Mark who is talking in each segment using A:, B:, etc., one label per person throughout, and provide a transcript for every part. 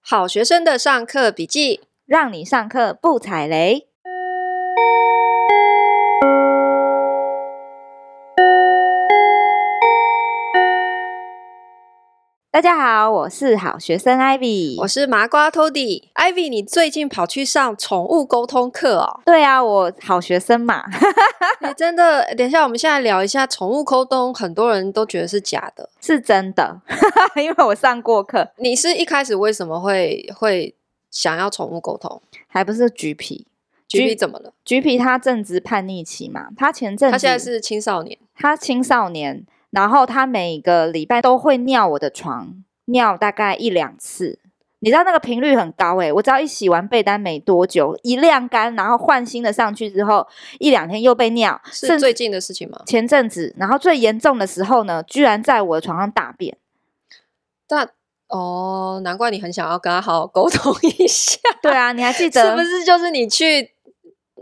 A: 好学生的上课笔记，
B: 让你上课不踩雷。大家好，我是好学生 Ivy。
A: 我是麻瓜 Toddy。Ivy，你最近跑去上宠物沟通课
B: ？
A: 哦
B: 对啊，我好学生嘛。
A: 你真的？等一下，我们现在聊一下宠物沟通，很多人都觉得是假的。
B: 是真的， 因为我上过课，
A: 你是一开始为什么会会想要宠物沟通
B: 还不是橘皮。
A: ？G B 怎么了？
B: 橘皮他正值叛逆期嘛，他前阵子
A: 他现在是青少年，
B: 他青少年，然后他每个礼拜都会尿我的床，尿大概一两次。你知道那个频率很高欸诶、我只要一洗完被单没多久，一晾干，然后换新的上去之后，一两天又被尿，
A: 是
B: 甚至
A: 最近的事情吗？
B: 前阵子，然后最严重的时候呢，居然在我的床上大 便。
A: 但哦，难怪你很想要跟他好好沟通一下，
B: 对啊，你还记得？
A: 是不是？就是你去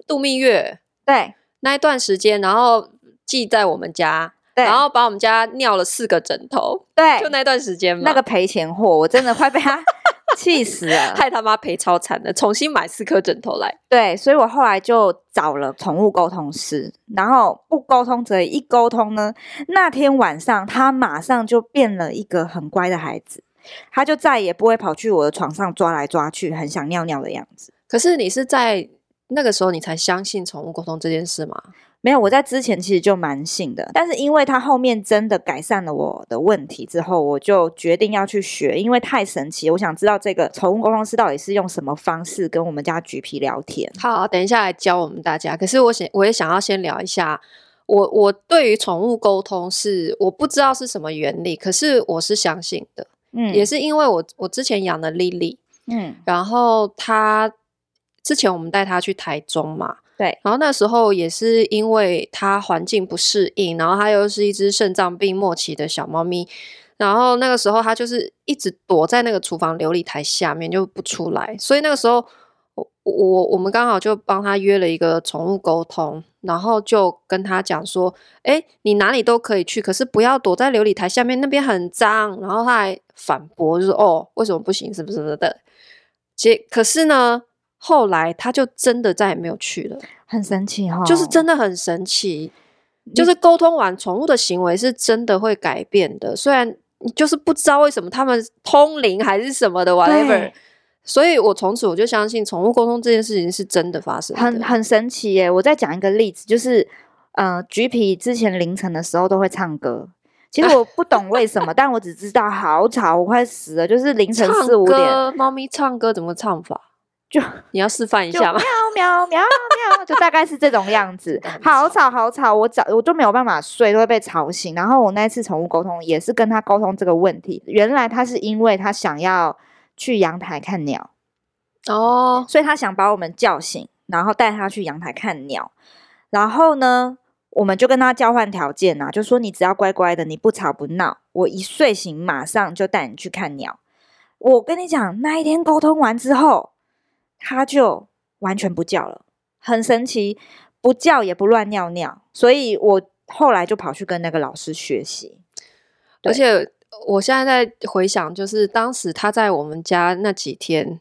A: 度蜜月
B: 对
A: 那一段时间，然后寄在我们家，
B: 对，
A: 然后把我们家尿了四个枕头，
B: 对
A: 就哎那段时间嘛，
B: 那个赔钱货，我真的快被他 气死了。
A: 害他妈赔超惨的，重新买四颗枕头来。
B: 对，所以我后来就找了宠物沟通师，然后不沟通则已一沟通呢，那天晚上他马上就变了一个很乖的孩子，他就再也不会跑去我的床上抓来抓去，很想尿尿的样子。
A: 可是你是在那个时候你才相信宠物沟通这件事吗？
B: 没有，我在之前其实就蛮信的，但是因为他后面真的改善了我的问题之后，我就决定要去学，因为太神奇，我想知道这个宠物沟通师到底是用什么方式跟我们家橘皮聊天。
A: 好，等一下来教我们大家。可是我想，我也想要先聊一下，我我对于宠物沟通是我不知道是什么原理，可是我是相信的，
B: 嗯，
A: 也是因为我我之前养的莉莉，
B: 嗯，
A: 然后她之前我们带她去台中嘛，
B: 对，
A: 然后那时候也是因为它环境不适应，然后它又是一只肾脏病末期的小猫咪，然后那个时候它就是一直躲在那个厨房琉璃台下面就不出来，所以那个时候我我我们刚好就帮它约了一个宠物沟通，然后就跟它讲说，哎，你哪里都可以去，可是不要躲在琉璃台下面，那边很脏。然后它还反驳，就说哦，为什么不行，什么什么的。结可是呢，后来它就真的再也没有去了。
B: 很神奇哈、哦，嗯
A: 就是真的很神奇。就是沟通完，宠物的行为是真的会改变的，虽然你就是不知道为什么他们通灵还是什么的，whatever
B: 对。
A: 所以我从此我就相信宠物沟通这件事情是真的发生
B: 很
A: 的。
B: 很神奇耶！我再讲一个例子，就是呃，橘皮之前凌晨的时候都会唱歌。其实我不懂为什 么，但我只知道好吵，我快死了。就是凌晨
A: 唱
B: 四五点，
A: 歌，猫咪唱歌怎么唱法？
B: 就
A: 你要示范一
B: 就
A: 下
B: 喵
A: 吗？
B: 喵喵喵，就大概是这种样子
A: 很，
B: 好吵好吵，我早我都没有办法睡，都会被吵醒。然后我那次宠物沟通也是跟他沟通这个问题，原来他是因为他想要去阳台看鸟，
A: 哦，
B: 所以他想把我们叫醒，然后带他去阳台看鸟。然后呢，我们就跟他交换条件啊，就说你只要乖乖的，你不吵不闹，我一睡醒马上就带你去看鸟。我跟你讲，那一天沟通完之后，他就完全不叫了，很神奇，不叫也不乱尿尿。所以我后来就跑去跟那个老师学习。
A: 而
B: 对
A: 且我现在在回想，就是当时他在我们家那几天，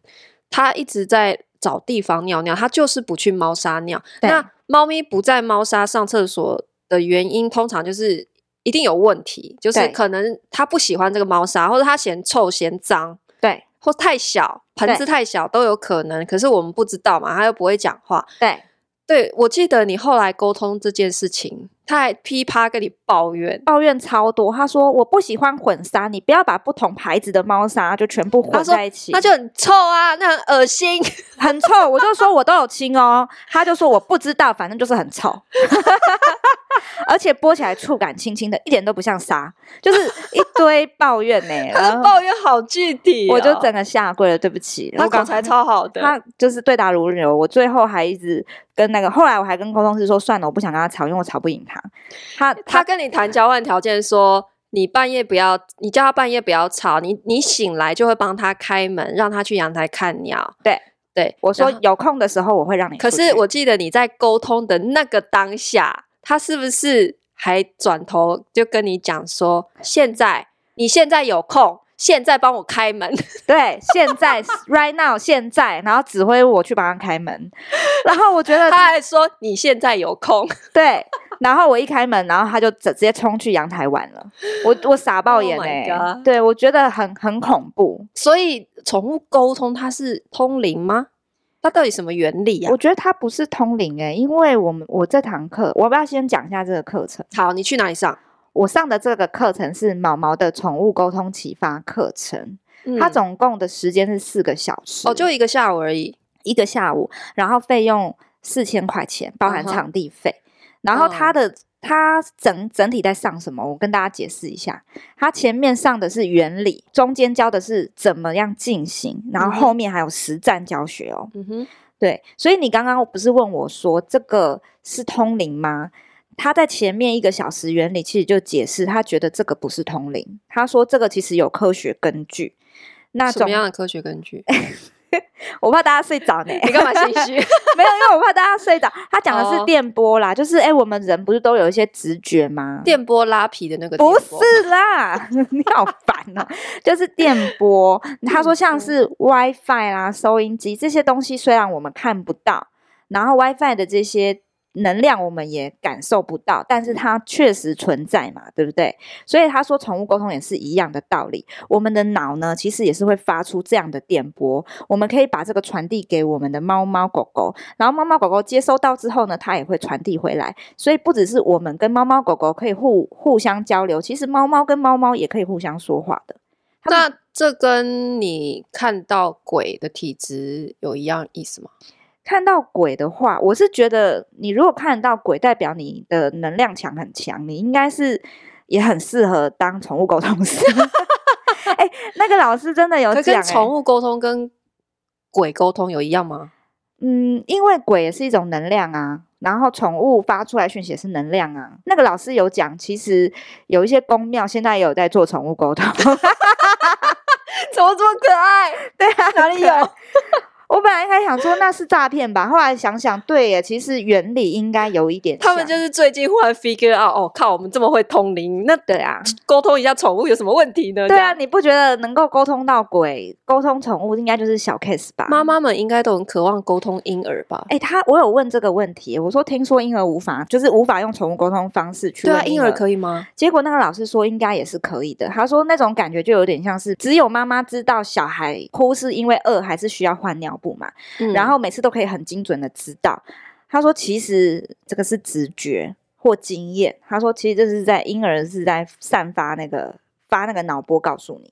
A: 他一直在找地方尿尿，他就是不去猫砂尿。
B: 对
A: 那猫咪不在猫砂上厕所的原因，通常就是一定有问题，就是
B: 对
A: 可能它不喜欢这个猫砂，或者它嫌臭、嫌脏，
B: 对
A: 或太小，盆
B: 对
A: 子太小都有可能。可是我们不知道嘛，它又不会讲话。
B: 对，
A: 对，我记得你后来沟通这件事情，他还噼啪跟你抱怨，
B: 抱怨超多。他说我不喜欢混沙，你不要把不同牌子的猫砂就全部
A: 他
B: 混
A: 说
B: 在一起，
A: 那就很臭啊，那很恶心。
B: 很臭。我就说我都有清哦，他就说我不知道，反正就是很臭。 而且剥起来触感轻轻的，一点都不像沙，就是一堆抱怨呢、
A: 他
B: 然
A: 的
B: 后
A: 抱怨 好具体、哦
B: 我就整，个下跪了，对不起。
A: 他
B: 我
A: 口
B: 刚
A: 才超好的。
B: 他就是对答如流。我最后还一直跟那个，后来我还跟沟通师说，算了，我不想跟他吵，因为我吵不赢他。他
A: 他跟你谈交换条件说。你半夜不要，你叫他半夜不要吵，你你醒来就会帮他开门，让他去阳台看鸟。
B: 对
A: 对，
B: 我说
A: 然后，
B: 有空的时候我会让你出
A: 可
B: 去。
A: 是我记得你在沟通的那个当下，他是不是还转头就跟你讲说，现在你现在有空，现在帮我开门。
B: 对，现在 right now 现在，然后指挥我去帮他开门，然后我觉得
A: 他还说你现在有空，
B: 对，然后我一开门，然后他就直直接冲去阳台玩了，我我傻爆
A: Oh
B: 眼
A: my
B: 哎、
A: God
B: 对我觉得很很恐怖，
A: 所以宠物沟通它是通灵吗？它到底什么原理啊呀、
B: 我觉得他不是通灵哎、因为我们我这堂课，我要不要先讲一下这个课程？
A: 好，你去哪里上？
B: 我上的这个课程是毛毛的宠物沟通启发课程，它
A: 嗯
B: 总共的时间是四个小时，
A: 哦，就一个下午而已。
B: 一个下午，然后费用四千块钱，包含
A: 嗯哼
B: 场地费。然后它
A: 嗯
B: 的、它整整体在上什么？我跟大家解释一下，它前面上的是原理，中间教的是怎么样进行，然后
A: 嗯哼
B: 后面还有实战教学哦。
A: 嗯哼，
B: 对，所以你刚刚不是问我说这个是通灵吗？他在前面一个小时原理其实就解释，他觉得这个不是通灵，他说这个其实有科学根据。那
A: 什么
B: 种
A: 样的科学根据？
B: 我怕大家睡着呢，
A: 你干嘛心 虚？
B: 没有，因为我怕大家睡着。他讲的是
A: 哦
B: 电波啦，就是哎、诶我们人不是都有一些直觉吗？
A: 电波拉皮的那个电
B: 不
A: 波？
B: 是啦， 你好烦哦、就是电波。他说像
A: 波
B: 是 WiFi 啦、收音机这些东西，虽然我们看不到，然后 WiFi 的这些能量我们也感受不到，但是它确实存在嘛，对不对？所以他说宠物沟通也是一样的道理。我们的脑呢，其实也是会发出这样的电波，我们可以把这个传递给我们的猫猫狗狗，然后猫猫狗狗接收到之后呢，它也会传递回来。所以不只是我们跟猫猫狗狗可以互互相交流，其实猫猫跟猫猫也可以互相说话的。他们
A: 那这跟你看到鬼的体质有一样意思吗？
B: 看到鬼的话，我是觉得你如果看得到鬼，代表你的能量强很强，你应该是也很适合当宠物沟通师。 哎、那个老师真的有
A: 可
B: 讲、
A: 跟
B: 欸
A: 宠，物沟通跟鬼沟通有一样 吗？
B: 嗯，因为鬼也是一种能量啊，然后宠物发出来讯息也是能量啊。那个老师有讲，其实有一些公庙现在也有在做宠物沟通，
A: 怎么这么可爱？
B: 对啊，
A: 哪
B: 很
A: 里
B: 可爱
A: 有？
B: 我本来还想说那是诈骗吧，后来想想，对耶，其实原理应该有一点像。
A: 他们就是最近忽然 figure out，哦靠，我们这么会通灵，那
B: 对啊，
A: 沟通一下宠物有什么问题呢？
B: 对
A: 这
B: 啊，
A: 样，
B: 你不觉得能够沟通到鬼、沟通宠物，应该就是小 case 吧？
A: 妈妈们应该都很渴望沟通婴儿吧？
B: 哎、他我有问这个问题，我说听说婴儿无法，就是无法用宠物沟通方式去
A: 对啊，
B: 问
A: 婴
B: 儿
A: 儿可以吗？
B: 结果那个老师说应该也是可以的。他说那种感觉就有点像是只有妈妈知道小孩哭是因为饿还是需要换尿布嘛，
A: 嗯
B: 然后每次都可以很精准的知道。他说其实这个是直觉或经验。他说其实这是在婴儿是在散发那个发那个脑波告诉你。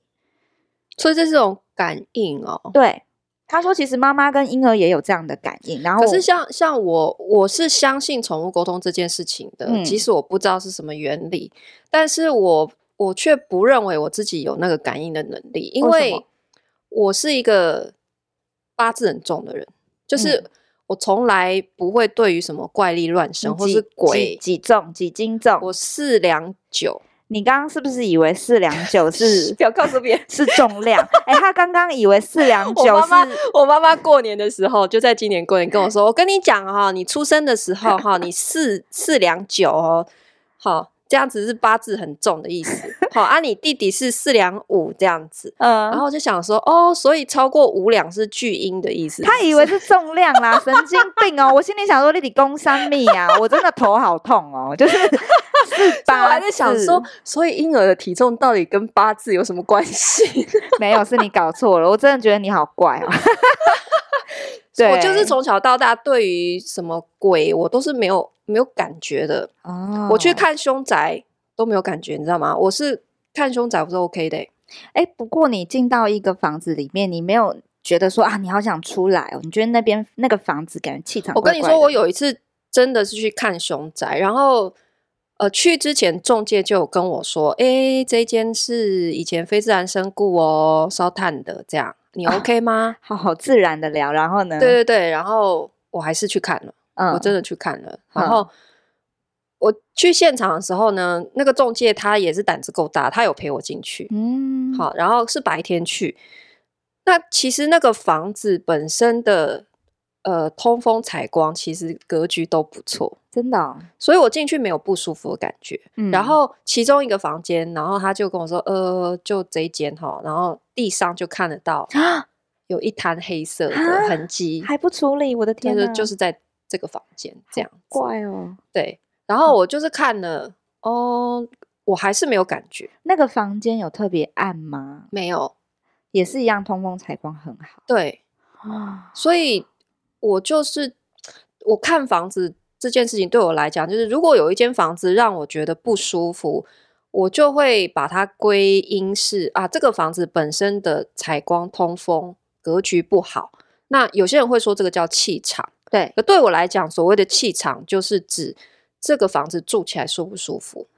A: 所以这是种感应哦。
B: 对，他说其实妈妈跟婴儿也有这样的感应。然后
A: 可是像像我，我是相信宠物沟通这件事情的，
B: 嗯
A: 即使我不知道是什么原理，但是我我却不认为我自己有那个感应的能力，因
B: 为什
A: 为
B: 么
A: 我是一个八字很重的人，就是
B: 嗯
A: 我从来不会对于什么怪力乱神
B: 你
A: 或
B: 几
A: 是鬼，
B: 几几重几斤重
A: 我？四两九
B: 你刚刚是不是以为 四两九是
A: 不要告诉别人。
B: 是重量？哎、他刚刚以为四两
A: 我
B: 九
A: 妈
B: 是
A: 妈， 我妈妈过年的时候，就在今年过年跟我说：“我跟你讲哈、你出生的时候哈、你四四两九哦，好、这样子是八字很重的意思。好、啊，你弟弟是四两五这样子。”
B: 嗯，
A: 然后我就想说，哦，所以超过五两是巨婴的意思。
B: 他以为是重量啦，神经病哦！我心里想说，你得攻三密啊，我真的头好痛哦，就是四
A: 所以我
B: 八
A: 还
B: 字，
A: 在想说，所以婴儿的体重到底跟八字有什么关系？
B: 没有，是你搞错了，我真的觉得你好怪哦。对
A: 我就是从小到大对于什么鬼，我都是没有没有感觉的。
B: 哦
A: 我去，看凶宅都没有感觉，你知道吗？我是看凶宅我是 OK 的欸、
B: 哎，不过你进到一个房子里面，你没有觉得说啊，你好想出来哦？你觉得那边那个房子感觉气场
A: 我
B: 怪
A: 跟
B: 啊怪
A: 你
B: 的？
A: 说，我有一次真的是去看凶宅，然后呃去之前中介就有跟我说，诶，这间是以前非自然身故哦，烧炭的这样，你
B: 啊
A: OK 吗？
B: 好好自然的聊，然后呢？
A: 对，对对，然后我还是去看了，
B: 嗯
A: 我真的去看了，
B: 嗯
A: 然后。我去现场的时候呢，那个中介他也是胆子够大，他有陪我进去，
B: 嗯，
A: 好，然后是白天去。那其实那个房子本身的呃通风采光，其实格局都不错，
B: 真的哦、
A: 所以我进去没有不舒服的感觉。
B: 嗯
A: 然后其中一个房间，然后他就跟我说，呃，就这一间哈，然后地上就看得到有一滩黑色的
B: 啊
A: 痕迹，
B: 还不处理，我的
A: 就
B: 天
A: 是
B: 哪，
A: 就是在这个房间这样子。
B: 怪哦。
A: 对，然后我就是看了，哦，我还是没有感觉，
B: 那个房间有特别暗吗？
A: 没有。
B: 也是一样，通风采光很好
A: 对，
B: 啊。
A: 所以我就是我看房子这件事情对我来讲，就是如果有一间房子让我觉得不舒服，我就会把它归因是啊，这个房子本身的采光、通风、格局不好。那有些人会说这个叫气场，
B: 对，
A: 可对我来讲，所谓的气场就是指这个房子住起来舒不舒服。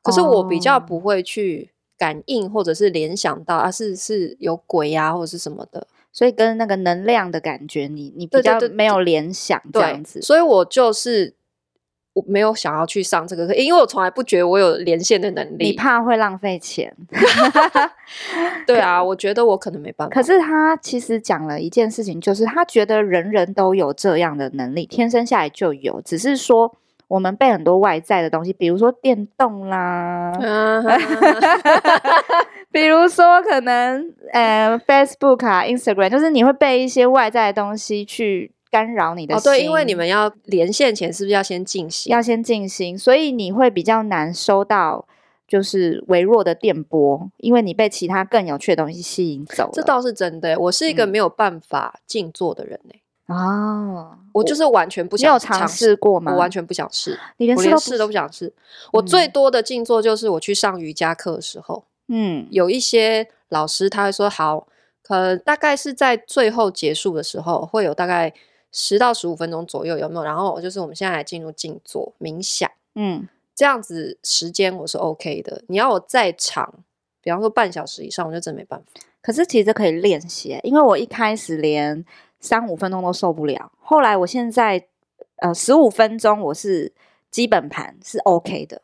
A: 可是我比较
B: 哦
A: 不会去感应或者是联想到啊，是是有鬼呀、或者是什么的。
B: 所以跟那个能量的感觉，你你比
A: 对对
B: 较
A: 对
B: 没有联想这样子。
A: 所以我就是我没有想要去上这个课，因为我从来不觉得我有连线的能力。
B: 你怕会浪费钱，
A: 对啊，我觉得我可能没办法。
B: 可是他其实讲了一件事情，就是他觉得人人都有这样的能力，天生下来就有，只是说我们被很多外在的东西，比如说电动啦，
A: 啊，哈
B: 比如说可能呃 Facebook 啊、Instagram，就是你会被一些外在的东西去干扰 你的
A: 哦
B: 心。
A: 对，因为你们要连线前是不是要先进行？
B: 要先静心，所以你会比较难收到就是微弱的电波，因为你被其他更有趣的东西吸引走了。
A: 这倒是真的欸、我是一个
B: 嗯
A: 没有办法静坐的人、欸
B: 哦，
A: 我就是完全不
B: 你有
A: 想
B: 尝试过吗？
A: 我完全不想试，
B: 你连
A: 我
B: 试都
A: 连
B: 不
A: 试都不想试。我最多的静坐就是我去上瑜伽课的时候，
B: 嗯
A: 有一些老师他会说好，可大概是在最后结束的时候会有大概十到十五分钟左右，有没有？然后就是我们现在来进入静坐冥想，
B: 嗯
A: 这样子时间我是 OK 的。你要我再长，比方说半小时以上，我就真没办法。
B: 可是其实可以练习欸，因为我一开始连三五分钟都受不了，后来我现在呃十五分钟我是基本盘是 OK 的，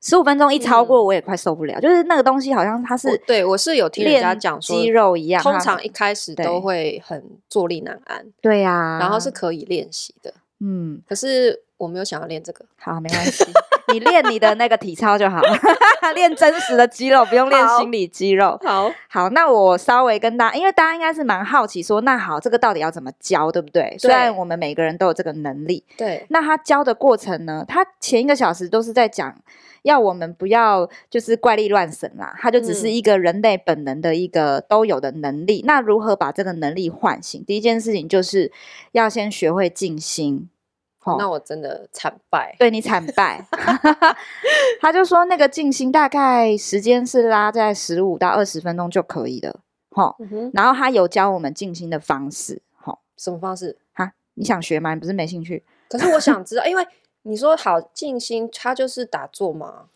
B: 十五分钟一超过我也快受不了，就是那个东西好像
A: 嗯
B: 它
A: 我
B: 是
A: 对我是有听人家
B: 练
A: 讲说，
B: 肌肉一样，
A: 通
B: 它
A: 常一开始
B: 对啊
A: 都会很坐立难安，
B: 对呀，
A: 然后是可以练习的。
B: 嗯
A: 可是我没有想要练这个，
B: 好没关系，你练你的那个体操就好， 练真实的肌肉，不用练
A: 好
B: 心理肌肉。
A: 好，
B: 好，那我稍微跟大家，因为大家应该是蛮好奇说，那好，这个到底要怎么教，对不对？虽然我们每个人都有这个能力，
A: 对，
B: 那他教的过程呢，他前一个小时都是在讲，要我们不要就是怪力乱神啦，他就只是
A: 嗯
B: 一个人类本能的一个都有的能力。那如何把这个能力唤醒？第一件事情就是要先学会静心。哦
A: 那我真的惨败。
B: 对你惨败。 他就说那个静心大概时间是拉在十五到二十分钟就可以了，吼。
A: 嗯哼，
B: 然后他有教我们静心的方式，吼。
A: 什么方式？
B: 哈，你想学吗？你不是没兴趣？
A: 可是我想 知道，因为你说好静心，它就是打坐嘛。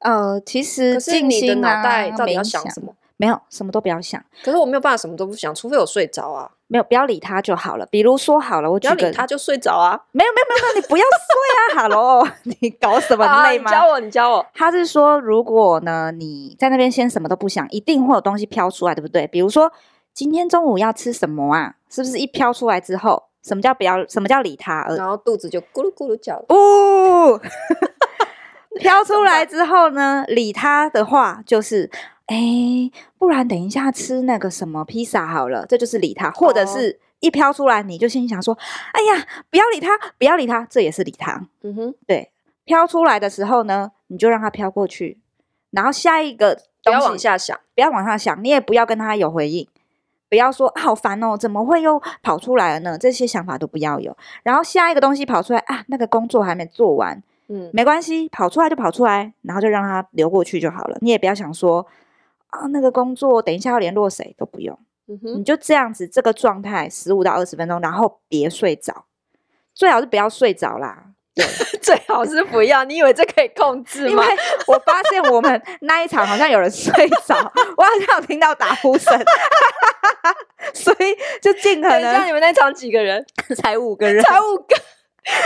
B: 呃，其实
A: 可是
B: 静
A: 你的
B: 心
A: 脑
B: 啊，
A: 袋到底要
B: 冥
A: 想
B: 想
A: 什么？
B: 没有，什么都不要想，
A: 可是我没有办法什么都不想，除非我睡着啊，
B: 没有，不要理他就好了。比如说好了，我
A: 不
B: 举
A: 要
B: 个
A: 理他，就睡着啊。
B: 没有没有没有没有，你不要睡啊，Hello，你 搞什么
A: 啊
B: 累
A: 你
B: 吗？
A: 教我，你教我。
B: 他是说，如果呢你在那边先什么都不想，一定会有东西飘出来，对不对？比如说今天中午要吃什么啊？是不是一飘出来之后，什么叫不要？什么叫理他？而
A: 然后肚子就咕噜咕噜叫了。
B: 不 飘出来之后呢，理他的话就是。哎，不然等一下吃那个什么披萨好了，这就是理他，或者
A: 哦
B: 是一飘出来你就心想说，哎呀，不要理他，不要理他，这也是理他。
A: 嗯哼，
B: 对，飘出来的时候呢，你就让它飘过去，然后下一个
A: 不
B: 东
A: 要
B: 西
A: 往，下想。
B: 不要往上想，你也不要跟他有回应，不要说、啊、好烦哦，怎么会又跑出来了呢？这些想法都不要有。然后下一个东西跑出来啊，那个工作还没做完，
A: 嗯，
B: 没关系，跑出来就跑出来，然后就让它流过去就好了。你也不要想说啊，那个工作等一下要联络谁都不用。
A: 嗯
B: 你
A: 哼，
B: 就这样子这个状态十五到二十分钟，然后别睡着，最好是不要睡着啦。
A: 最好是不要。你以为这可以控制
B: 因为我发现我 们那一场好像有人睡着，我好像有听到打呼声， 所以就尽可
A: 等一下，
B: 能
A: 你们那场几个人？
B: 才五个人，
A: 才五个，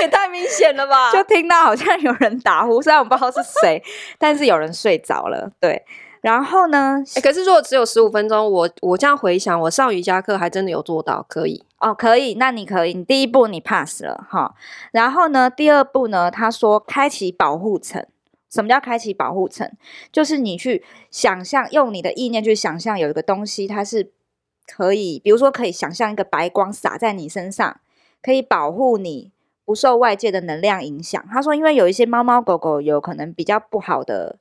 A: 也太明显了吧？
B: 就听到好像有人打呼，虽然我不知道是谁，但是有人睡着了。对，然后呢，
A: 欸可是如果只有十五分钟，我我这样回想，我上瑜伽课还真的有做到，可以。
B: 哦，可以，那你可以，你第一步你 pass 了哈。然后呢，第二步呢，他说开启保护层。什么叫开启保护层？就是你去想象，用你的意念去想象有一个东西，它是可以，比如说可以想象一个白光洒在你身上，可以保护你不受外界的能量影响。他说，因为有一些猫猫狗狗有可能比较不好的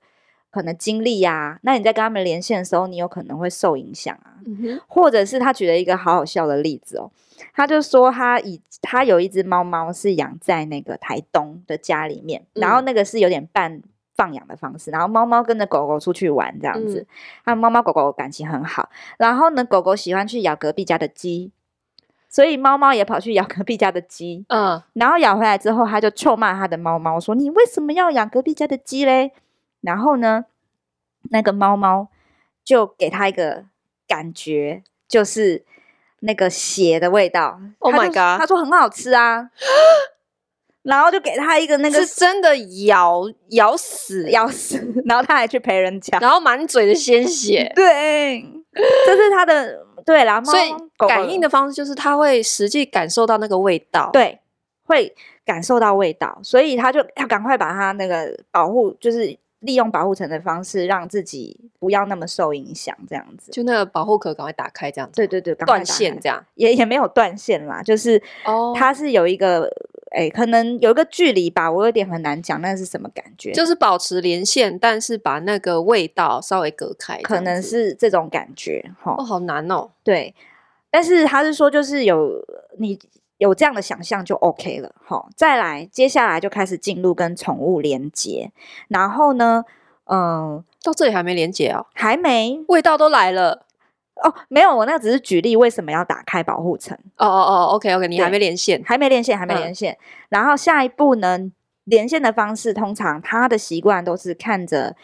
B: 可能经历呀、那你在跟他们连线的时候，你有可能会受影响啊。
A: 嗯哼，
B: 或者是他举了一个好好笑的例子哦，他就说他以他有一只猫猫是养在那个台东的家里面，然后
A: 嗯
B: 那个是有点半放养的方式，然后猫猫跟着狗狗出去玩这样子
A: 嗯，
B: 他们猫猫狗狗感情很好，然后呢，狗狗喜欢去咬隔壁家的鸡。所以猫猫也跑去咬隔壁家的鸡，
A: 嗯，
B: 然后咬回来之后，他就臭骂他的猫猫说：“你为什么要养隔壁家的鸡嘞？”然后呢，那个猫猫就给他一个感觉，就是那个血的味道。
A: Oh
B: 他
A: my
B: 就
A: god
B: 他说很好吃啊，然后就给他一个那个
A: 是真的咬咬死，
B: 咬死， 然后他还去陪人家。
A: 然后满嘴的鲜 血。
B: 对，这是他的对啦，
A: 所以
B: 猫猫狗狗
A: 感应的方式就是它会实际感受到那个味道。，
B: 对，会感受到味道，所以他就要赶快把它那个保护，就是利用保护层的方式，让自己不要那么受影响，这样子。
A: 就那个保护壳赶快打开，这样子
B: 对对对，赶快
A: 断
B: 打
A: 线
B: 开
A: 这样。
B: 也也没有断线啦，就是
A: 哦
B: 它是有一个，哎、可能有一个距离吧，我有点很难讲那是什么感觉，
A: 就是保持连线，但是把那个味道稍微隔开，这
B: 可
A: 样
B: 能
A: 子
B: 是这种感觉哈。
A: 哦，好难哦。
B: 对，但是他是说，就是有你有这样的想象就 OK 了。好，再来，接下来就开始进入跟宠物连接，然后呢，嗯、
A: 到这里还没连接哦，
B: 还没
A: 味道都来了。
B: 哦，没有，我那只是举例，为什么要打开保护层？
A: 哦哦哦，OK OK，你还
B: 对
A: 没连线。
B: 还没连线，还没
A: 嗯
B: 连线。然后下一步呢，连线的方式，通常他的习惯都是看着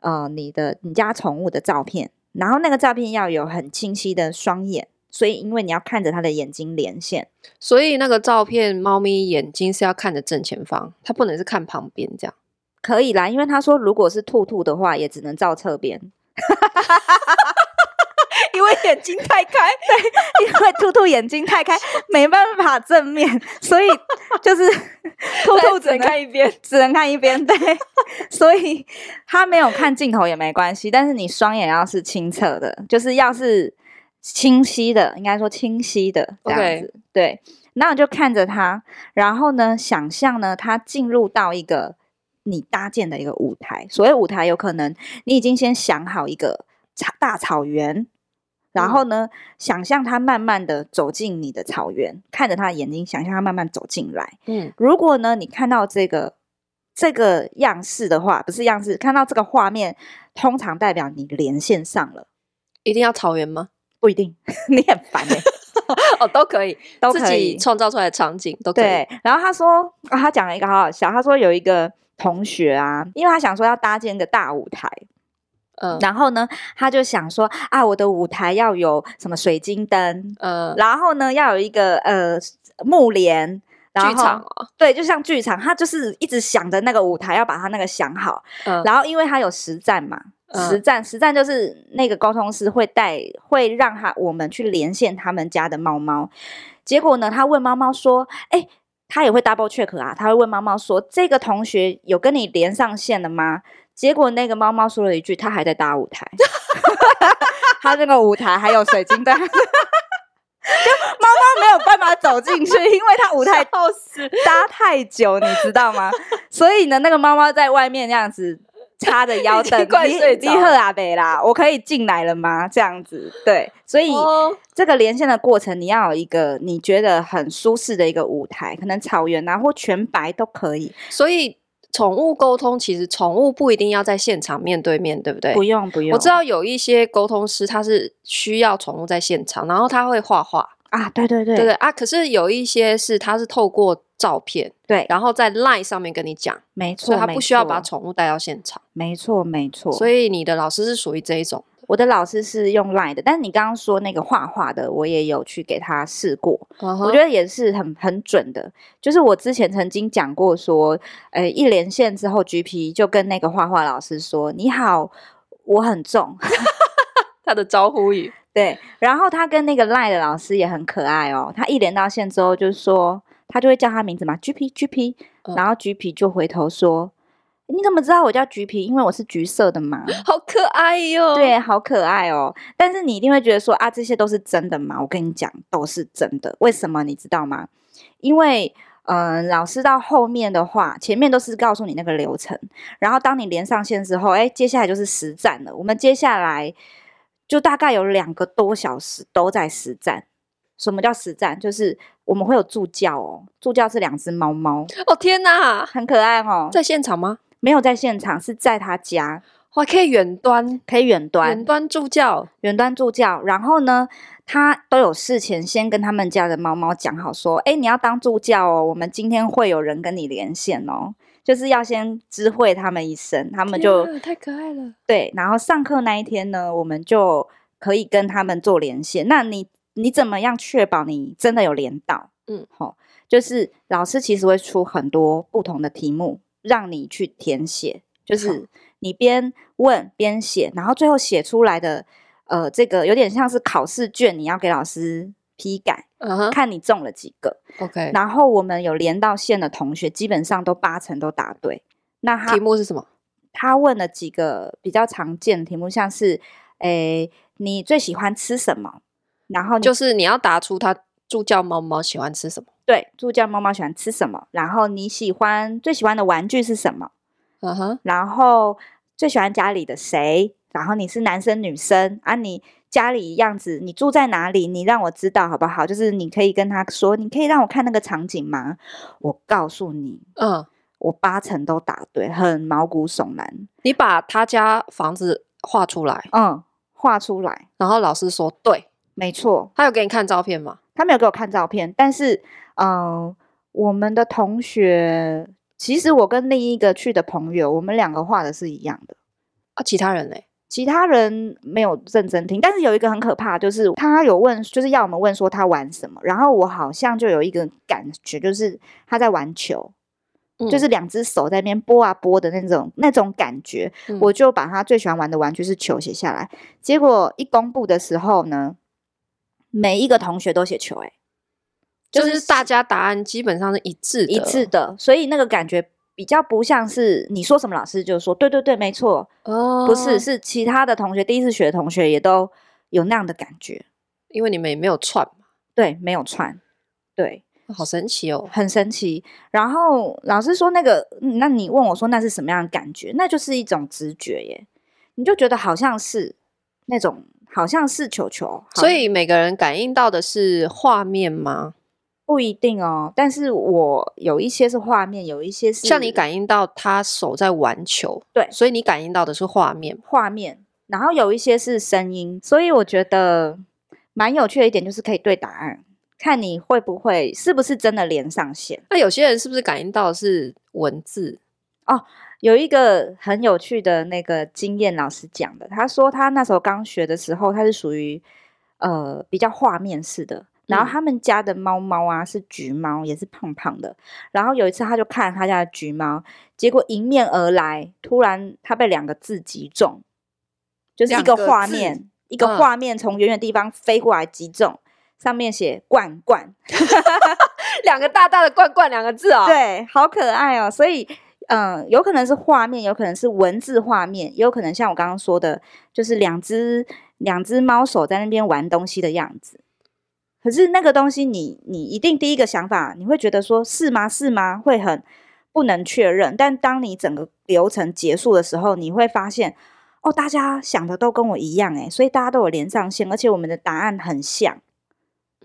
B: 呃你的你家宠物的照片，然后那个照片要有很清晰的双眼，所以因为你要看着它的眼睛连线。
A: 所以那个照片，猫咪眼睛是要看着正前方，它不能是看旁边这样。
B: 可以啦，因为他说如果是兔兔的话，也只能照侧边，
A: 因为眼睛太 开，
B: 因为兔兔眼睛太开，没办法 正面，所以就是兔兔只能看
A: 一边。
B: 只能看一边，对， 所以他没有看镜头也没关系，但是你双眼要是清澈的，就是要是清晰的，应该说清晰的这样子
A: OK
B: 对。那你就看着他，然后呢，想象呢，他进入到一个你搭建的一个舞台。所谓舞台，有可能你已经先想好一个草大草原，然后
A: 嗯
B: 呢，想象他慢慢的走进你的草原，看着他的眼睛，想象他慢慢走进来。
A: 嗯，
B: 如果呢，你看到这个这个样式的话，不是样式，看到这个画面，通常代表你连线上了，
A: 一定要草原 吗？
B: 不一定，你很烦哎、
A: 哦，都可以，
B: 都
A: 自
B: 可以
A: 己。创造出来的场景都可以。
B: 对，然后他说，啊、他讲了一个好好笑，他说有一个同学啊，因为他想说要搭建一个大舞台，
A: 嗯
B: 然后呢，他就想说啊，我的舞台要有什么水晶灯，
A: 嗯，
B: 然后呢要有一个呃幕帘，然后
A: 剧场哦，
B: 对，就像剧场，他就是一直想着那个舞台，要把他那个想好。
A: 嗯
B: 然后因为他有实战嘛，
A: 嗯
B: 实战实战就是那个沟通师会带，会让他我们去连线他们家的猫猫。结果呢，他问猫猫说：“哎、他也会 double check 啊，他会问猫猫说：这个同学有跟你连上线了吗？”结果那个猫猫说了一句：“他还在搭舞台。” 他那个舞台还有水晶灯。就 猫猫没有办法走进去，因为它舞台
A: 笑死。
B: 搭太久，你知道 吗？所以呢，那个猫猫在外面那样子叉着腰
A: 已
B: 等
A: 经快
B: 你，
A: 睡
B: 你
A: 着
B: 赫阿北啦，我可以进来了吗？这样子，对，所以
A: 哦，
B: 这个连线的过程，你要有一个你觉得很舒适的一个舞台，可能草原啊或全白都可以，
A: 所以宠物沟通其实宠物不一定要在现场面对面，对不对？
B: 不用不用，
A: 我知道有一些沟通师他是需要宠物在现场，然后他会画画，
B: 啊，对对对
A: 对不对啊？可是有一些是他是透过照片，
B: 对
A: 然后在 LINE 上面跟你讲，
B: 没错，
A: 所以他不需要把
B: 没错
A: 宠物带到现场。
B: 没错没错，
A: 所以你的老师是属于这一种，
B: 我的老师是用 Line 的，但你刚刚说那个画画的，我也有去给他试过，
A: 我
B: 我觉得也是很很准的。就是我之前曾经讲过说，呃，一连线之后，GP 就跟那个画画老师说：“你好，我很重，
A: 他的招呼语，
B: 对。然后他跟那个赖的老师也很可爱哦，他一连到线之后就说，他就会叫他名字嘛，GP GP，
A: 嗯
B: 然后 GP 就回头说，你怎么知道我叫 GP？因为我是橘色的嘛。
A: 好可爱哟、，
B: 对，好可爱哦！但是你一定会觉得说啊，这些都是真的吗？我跟你讲，都是真的。为什么你知道吗？因为嗯、呃老师到后面的话，前面都是告诉你那个流程，然后当你连上线之后，哎，接下来就是实战了。我们接下来就大概有两个多小时都在实战。什么叫实战？就是我们会有助教哦，助教是两只猫猫，
A: 哦天哪，
B: 很可爱哦。
A: 在现场吗？
B: 没有在现场，是在他家，
A: 哇，可以远端，
B: 可以远端。
A: 远端助教，
B: 远端助教，然后呢，他都有事前先跟他们家的猫猫讲好，说，哎，你要当助教哦，我们今天会有人跟你连线哦，就是要先知会他们一声，他们就
A: 天哪啊太可爱了。
B: 对，然后上课那一天呢，我们就可以跟他们做连线。那你你怎么样确保你真的有连到？
A: 嗯，
B: 好、就是老师其实会出很多不同的题目让你去填写，就
A: 好
B: 是你边问边写，然后最后写出来的，呃，这个有点像是考试卷，你要给老师批改，
A: 嗯哼
B: 看你中了几个。
A: ，OK，
B: 然后我们有连到线的同学，基本上都八成都答对。那他
A: 题目是什么？
B: 他问了几个比较常见的题目，像是诶你最喜欢吃什么？然后你
A: 就是你要答出他助教猫猫喜欢吃什么。
B: 对助教猫猫喜欢吃什么？然后你喜欢最喜欢的玩具是什么？
A: 嗯哼，
B: 然后最喜欢家里的谁？然后你是男生女生啊？你家里样子，你住在哪里？你让我知道好不好？就是你可以跟他说，你可以让我看那个场景吗？我告诉你，
A: 嗯，
B: 我八成都答对，很毛骨悚然。
A: 你把他家房子画出来，
B: 嗯，画出来，
A: 然后老师说对，
B: 没错，
A: 他有给你看照片吗？
B: 他没有给我看照片，但是，嗯、我们的同学，其实我跟另一个去的朋友，我们两个画的是一样的。
A: 啊，其他人嘞？
B: 其他人没有认真听，但是有一个很可怕，就是他有问，就是要我们问说他玩什么，然后我好像就有一个感觉，就是他在玩球，
A: 嗯
B: 就是两只手在那边拨啊拨的那种那种感觉，
A: 嗯
B: 我就把他最喜欢玩的玩具是球写下来。结果一公布的时候呢，每一个同学都写球、欸，
A: 就是大家答案基本上是一致的，
B: 一致的，所以那个感觉比较不像是你说什么老师就说对对对没错，
A: 哦，
B: 不是是其他的同学第一次学的同学也都有那样的感觉，
A: 因为你们也没有串嘛，
B: 对，没有串，对，
A: 好神奇哦。
B: 很神奇。然后老师说那个，嗯那你问我说那是什么样的感觉？那就是一种直觉耶，你就觉得好像是那种好像是球球，好
A: 所以每个人感应到的是画面吗？
B: 不一定哦。但是我有一些是画面，有一些是
A: 像你感应到他手在玩球，
B: 对
A: 所以你感应到的是画面。
B: 画面，然后有一些是声音，所以我觉得蛮有趣的一点就是可以对答案，看你会不会是不是真的连上线。
A: 那有些人是不是感应到的是文字？
B: 有一个很有趣的那个经验，老师讲的，他说他那时候刚学的时候，他是属于呃比较画面式的。然
A: 嗯
B: 后他们家的猫猫啊是橘猫，也是胖胖的。然后有一次他就看他家的橘猫，结果迎面而来，突然他被两个字击中，就是一
A: 两
B: 个
A: 个
B: 画
A: 字
B: 面，一
A: 嗯
B: 个画面从远远地方飞过来击中，上面写“罐罐”，
A: 两个大大的罐罐两个字哦。，
B: 对，好可爱哦。所以，嗯、有可能是画面，有可能是文字画面，也有可能像我刚刚说的，就是两只两只猫手在那边玩东西的样子。可是那个东西你，你一定第一个想法，你会觉得说是吗？是吗？会很不能确认。但当你整个流程结束的时候，你会发现，哦，大家想的都跟我一样诶，欸所以大家都有连上线，而且我们的答案很像。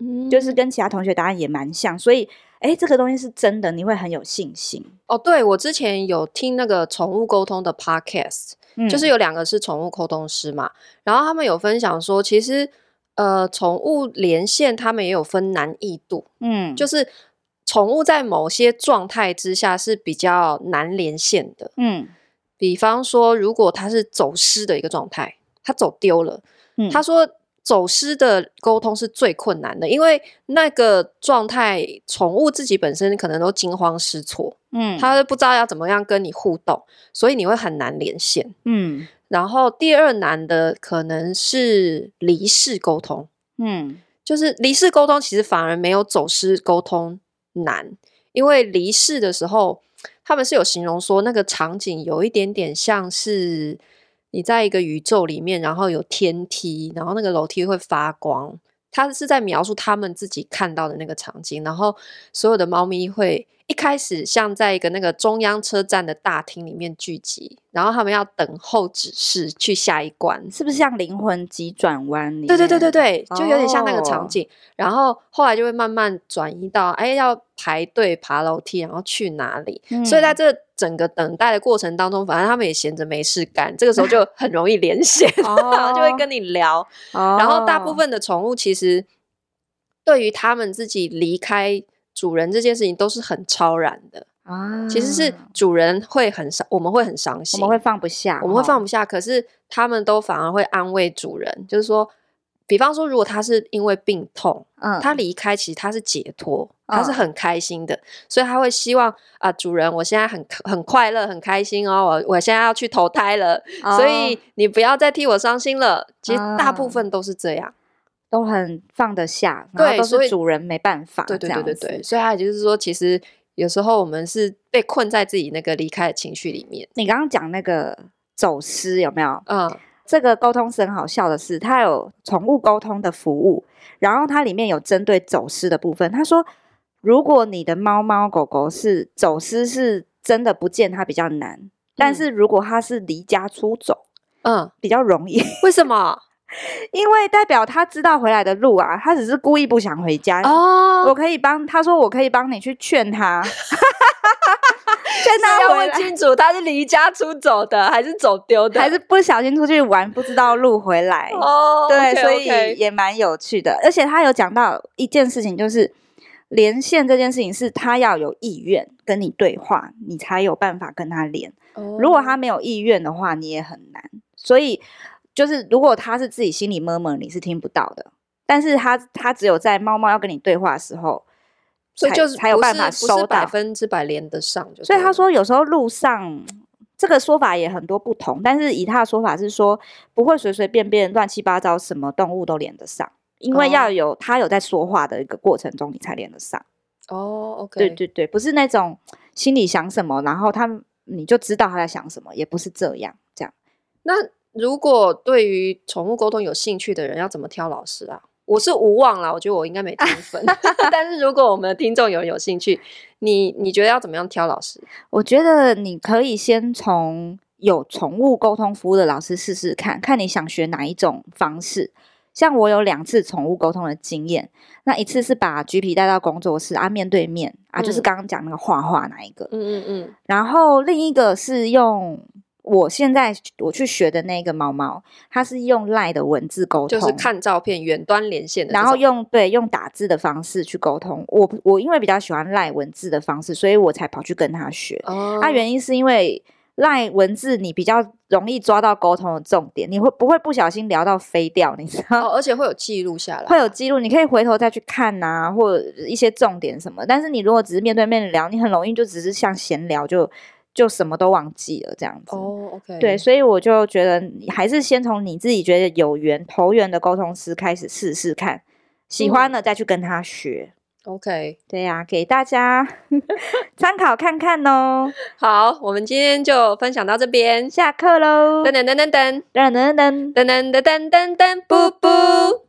A: 嗯
B: 就是跟其他同学答案也蛮像，所以哎，诶这个东西是真的，你会很有信心。
A: 哦，对我之前有听那个宠物沟通的 podcast，、
B: 嗯
A: 就是有两个是宠物沟通师嘛，然后他们有分享说，其实呃，宠物连线他们也有分难易度，
B: 嗯，
A: 就是宠物在某些状态之下是比较难连线的。
B: 嗯
A: 比方说，如果它是走失的一个状态，它走丢了，
B: 嗯，
A: 他说走失的沟通是最困难的，因为那个状态，宠物自己本身可能都惊慌失措，
B: 嗯
A: 它不知道要怎么样跟你互动，所以你会很难连线。
B: 嗯
A: 然后第二难的可能是离世沟通，
B: 嗯，
A: 就是离世沟通其实反而没有走失沟通难，因为离世的时候他们是有形容说那个场景有一点点像是你在一个宇宙里面，然后有天梯，然后那个楼梯会发光。他是在描述他们自己看到的那个场景，然后所有的猫咪会一开始像在一个那个中央车站的大厅里面聚集，然后他们要等候指示去下一关。
B: 是不是像灵魂急转弯里面？
A: 对对对对对，就有点像那个场
B: 哦
A: 景。然后后来就会慢慢转移到，哎，要排队爬楼梯，然后去哪里？
B: 嗯
A: 所以在这整个等待的过程当中，反正他们也闲着没事干，这个时候就很容易连线，然 后就会
B: 哦
A: 跟你聊。
B: 哦，
A: 然后大部分的宠物其实对于他们自己离开主人这件事情都是很超然的，
B: 啊，
A: 其实是主人会很伤，我们会很伤
B: 我
A: 心，
B: 们会放不下，
A: 我们会
B: 哦
A: 放不下，可是他们都反而会安慰主人，就是说，比方说，如果他是因为病痛，
B: 嗯，
A: 他离开其实他是解脱，他是
B: 嗯
A: 很开心的，所以他会希望啊，主人，我现在很很快乐，很开心哦，我我现在要去投胎了，所以
B: 哦
A: 你不要再替我伤心了。其实大部
B: 嗯
A: 分都是这样，
B: 都很放得下，然后
A: 对
B: 都
A: 所以
B: 是主人没办法，
A: 啊对对对
B: 啊这样
A: 对
B: 子
A: 对，所以他也就是说，其实有时候我们是被困在自己那个离开的情绪里面，
B: 你刚刚讲那个走失有没有？
A: 嗯
B: 这个沟通是很好笑的是，它有宠物沟通的服务，然后它里面有针对走失的部分。他说，如果你的猫猫狗狗是走失，是真的不见它比较难，但
A: 嗯
B: 是如果它是离家出走，
A: 嗯，
B: 比较容易，
A: 为什么？
B: 因为代表它知道回来的路啊，它只是故意不想回家。
A: 哦，
B: 我可以帮他说，我可以帮你去劝 他，劝
A: 那
B: 他
A: 要
B: 回
A: 问
B: 来，
A: 清楚，他是离家出走的，还是走丢的？
B: 还是不小心出去玩，不知道路回来。
A: 哦，
B: 对
A: OK，
B: 所
A: OK
B: 以也蛮有趣的。而且他有讲到一件事情，就是连线这件事情是他要有意愿跟你对话，你才有办法跟他连。
A: 哦
B: 如果他没有意愿的话，你也很难。所以就是如果他是自己心里摸摸，你是听不到的。但是他他只有在猫猫要跟你对话的时候，
A: 所以
B: 才
A: 就是
B: 才有
A: 不
B: 办
A: 是
B: 法
A: 不是
B: 收
A: 百
B: 到。
A: 分之百连得上就对了。
B: 所以他说，有时候路上这个说法也很多不同，但是以他的说法是说，不会随随便便乱七八糟，什么动物都连得上，因为要
A: 哦
B: 有他有在说话的一个过程中，你才连得上。
A: 哦，OK，
B: 对对对，不是那种心里想什么，然后他你就知道他在想什么，也不是这样这样。
A: 那如果对于宠物沟通有兴趣的人，要怎么挑老师啊？我是无望啦，我觉得我应该没天 分。但是如果我们的听众有人有兴趣，你你觉得要怎么样挑老师？
B: 我觉得你可以先从有宠物沟通服务的老师试试看，看你想学哪一种方式。像我有两次宠物沟通的经验，那一次是把橘皮带到工作室啊，面对面啊，就是
A: 嗯
B: 刚刚讲那个画画那一个，
A: 嗯嗯嗯，
B: 然后另一个是用我现在我去学的那个毛毛，它是用赖的文字沟
A: 就
B: 通，
A: 是看照片，远端连线的这种，
B: 然后用对用打字的方式去沟通。我我因为比较喜欢赖文字的方式，所以我才跑去跟他学。
A: 哦，
B: 它、原因是因为赖文字你比较容易抓到沟通的重点，你会不会不小心聊到飞掉？你知道
A: 哦，而且会有记录下来，
B: 会有记录，你可以回头再去看呐、或者一些重点什么。但是你如果只是面对面聊，你很容易就只是像闲聊，就就什么都忘记了这样子。
A: 哦，OK，
B: 对，所以我就觉得你还是先从你自己觉得有缘投缘的沟通师开始试试看，喜
A: 嗯
B: 欢了再去跟他学。
A: ，OK，
B: 对呀、给大家 参考看看哦。
A: 好，我们今天就分享到这边，
B: 下课喽，
A: 噔噔噔噔噔
B: 噔噔噔。
A: 噔噔噔噔噔噔，布布。